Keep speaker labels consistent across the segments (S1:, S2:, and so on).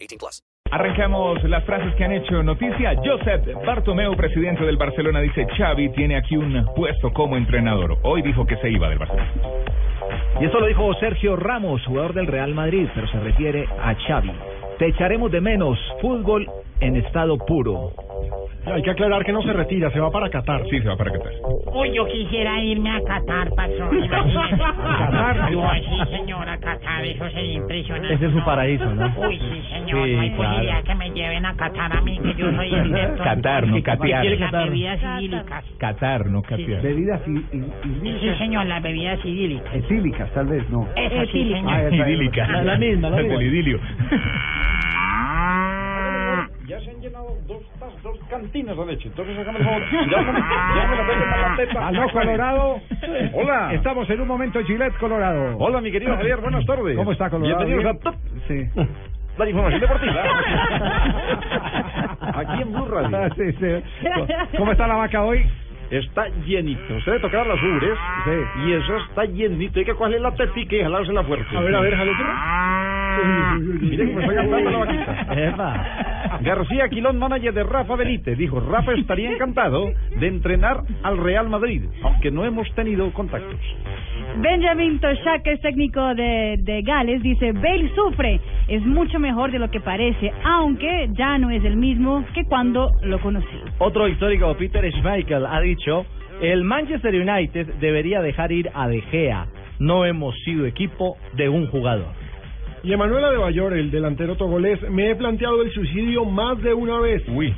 S1: 18 plus.
S2: Arrancamos las frases que han hecho noticia. Josep Bartomeu, presidente del Barcelona, dice, Xavi tiene aquí un puesto como entrenador. Hoy dijo que se iba del Barcelona.
S3: Y eso lo dijo Sergio Ramos, jugador del Real Madrid, pero se refiere a Xavi. Te echaremos de menos, fútbol en estado puro.
S4: Hay que aclarar que no se retira, se va para Qatar.
S2: Sí, se va para Qatar.
S5: Uy, yo quisiera irme a Qatar, patrón.
S4: Qatar.
S5: Yo, sí, señor, a Qatar, eso sería impresionante.
S3: Ese es su paraíso, ¿no?
S5: Uy, sí, señor,
S3: Sí,
S5: no hay
S3: claro.
S5: posibilidad que me lleven a Qatar a mí, que yo soy experto.
S3: Qatar, no Qatar.
S5: En las bebidas idílicas.
S3: Qatar, no
S5: Qatar.
S6: Bebidas i- i-
S5: Sí,
S6: idílicas.
S5: señor, las bebidas idílicas.
S6: Etílicas, tal vez, no.
S7: Eh,
S5: Eso sí,
S3: Ah,
S4: Ah,
S5: señor.
S6: esa es
S2: Idílica.
S6: otra. La- la misma, la
S2: Del
S6: misma.
S2: idilio.
S7: Ya se han llenado dos, tas- dos cantinas de leche. Entonces, hágame el favor. Ya me, ya me la tengo para la teta.
S4: Aló, Colorado.
S7: Hola.
S4: Estamos en un momento en Gillette, Colorado.
S7: Hola, mi querido Javier. Buenas tardes.
S4: ¿Cómo está, Colorado?
S7: Bienvenidos a
S4: ¿Bien?
S7: Top,
S4: Sí.
S7: la información deportiva. Aquí en Blue Radio.
S4: Ah, Sí, sí. ¿Cómo está la vaca hoy?
S7: Está llenito. Usted le tocaron las ubres.
S4: Sí.
S7: Y eso está llenito. Hay que cogerle la tetica y jalársela fuerte.
S4: A ver, a ver, jalo.
S5: Ah.
S7: Mire cómo está cantando la vaquita.
S4: Epa.
S7: García Quilón, manager de Rafa Benítez, dijo, Rafa estaría encantado de entrenar al Real Madrid, aunque no hemos tenido contactos.
S8: Benjamin Tosha, que es técnico de, de Gales, dice, Bale sufre, es mucho mejor de lo que parece, aunque ya no es el mismo que cuando lo conocí.
S3: Otro histórico, Peter Schmeichel, ha dicho, el Manchester United debería dejar ir a De Gea. No hemos sido equipo de un jugador.
S4: Y Emanuela de Bayor, el delantero togolés, me he planteado el suicidio más de una vez.
S7: Uy.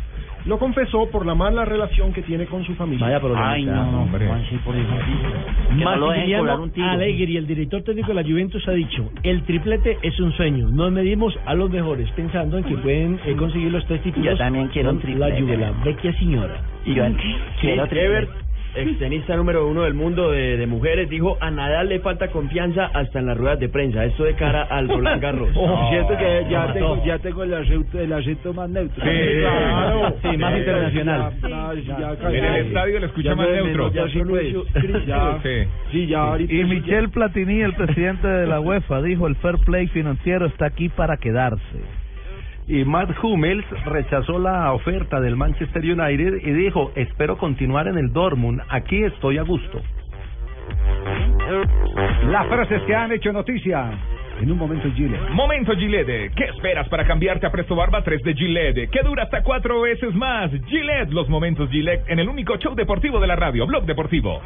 S4: Lo confesó por la mala relación que tiene con su familia.
S3: Vaya problema.
S5: Ay, no,
S7: hombre.
S5: Juan, sí, por eso. Que no lo dejen
S3: Maximiliano
S5: cobrar un tiro.
S3: Allegri, el director técnico de la Juventus, ha dicho: el triplete es un sueño. Nos medimos a los mejores, pensando en que pueden eh, conseguir los tres títulos.
S5: Yo también quiero
S3: con
S5: un triplete.
S3: La Juve, la vecchia señora.
S5: Yo quiero triplete.
S3: extenista número uno del mundo de, mujeres, dijo: a Nadal le falta confianza hasta en las ruedas de prensa. Esto de cara al Roland Garros.
S4: Siento
S3: que ya tengo-
S4: ya tengo el acento, el acento más neutro.
S2: Sí, claro. Sí, más
S3: internacional.
S2: En el estadio le escucha más neutro. Sí.
S4: Sí, ya ahorita.
S9: Y Michel Platini, el presidente de la UEFA, dijo el fair play financiero está aquí para quedarse. Y Matt Hummels rechazó la oferta del Manchester United y dijo, espero continuar en el Dortmund, aquí estoy a gusto.
S4: Las frases que han hecho noticia. En un momento, Gile.
S2: Momento Gillette. ¿Qué esperas para cambiarte a Presto Barba 3 de Gillette? Que dura hasta cuatro veces más. Gillette, los momentos Gillette en el único show deportivo de la radio, Blog Deportivo.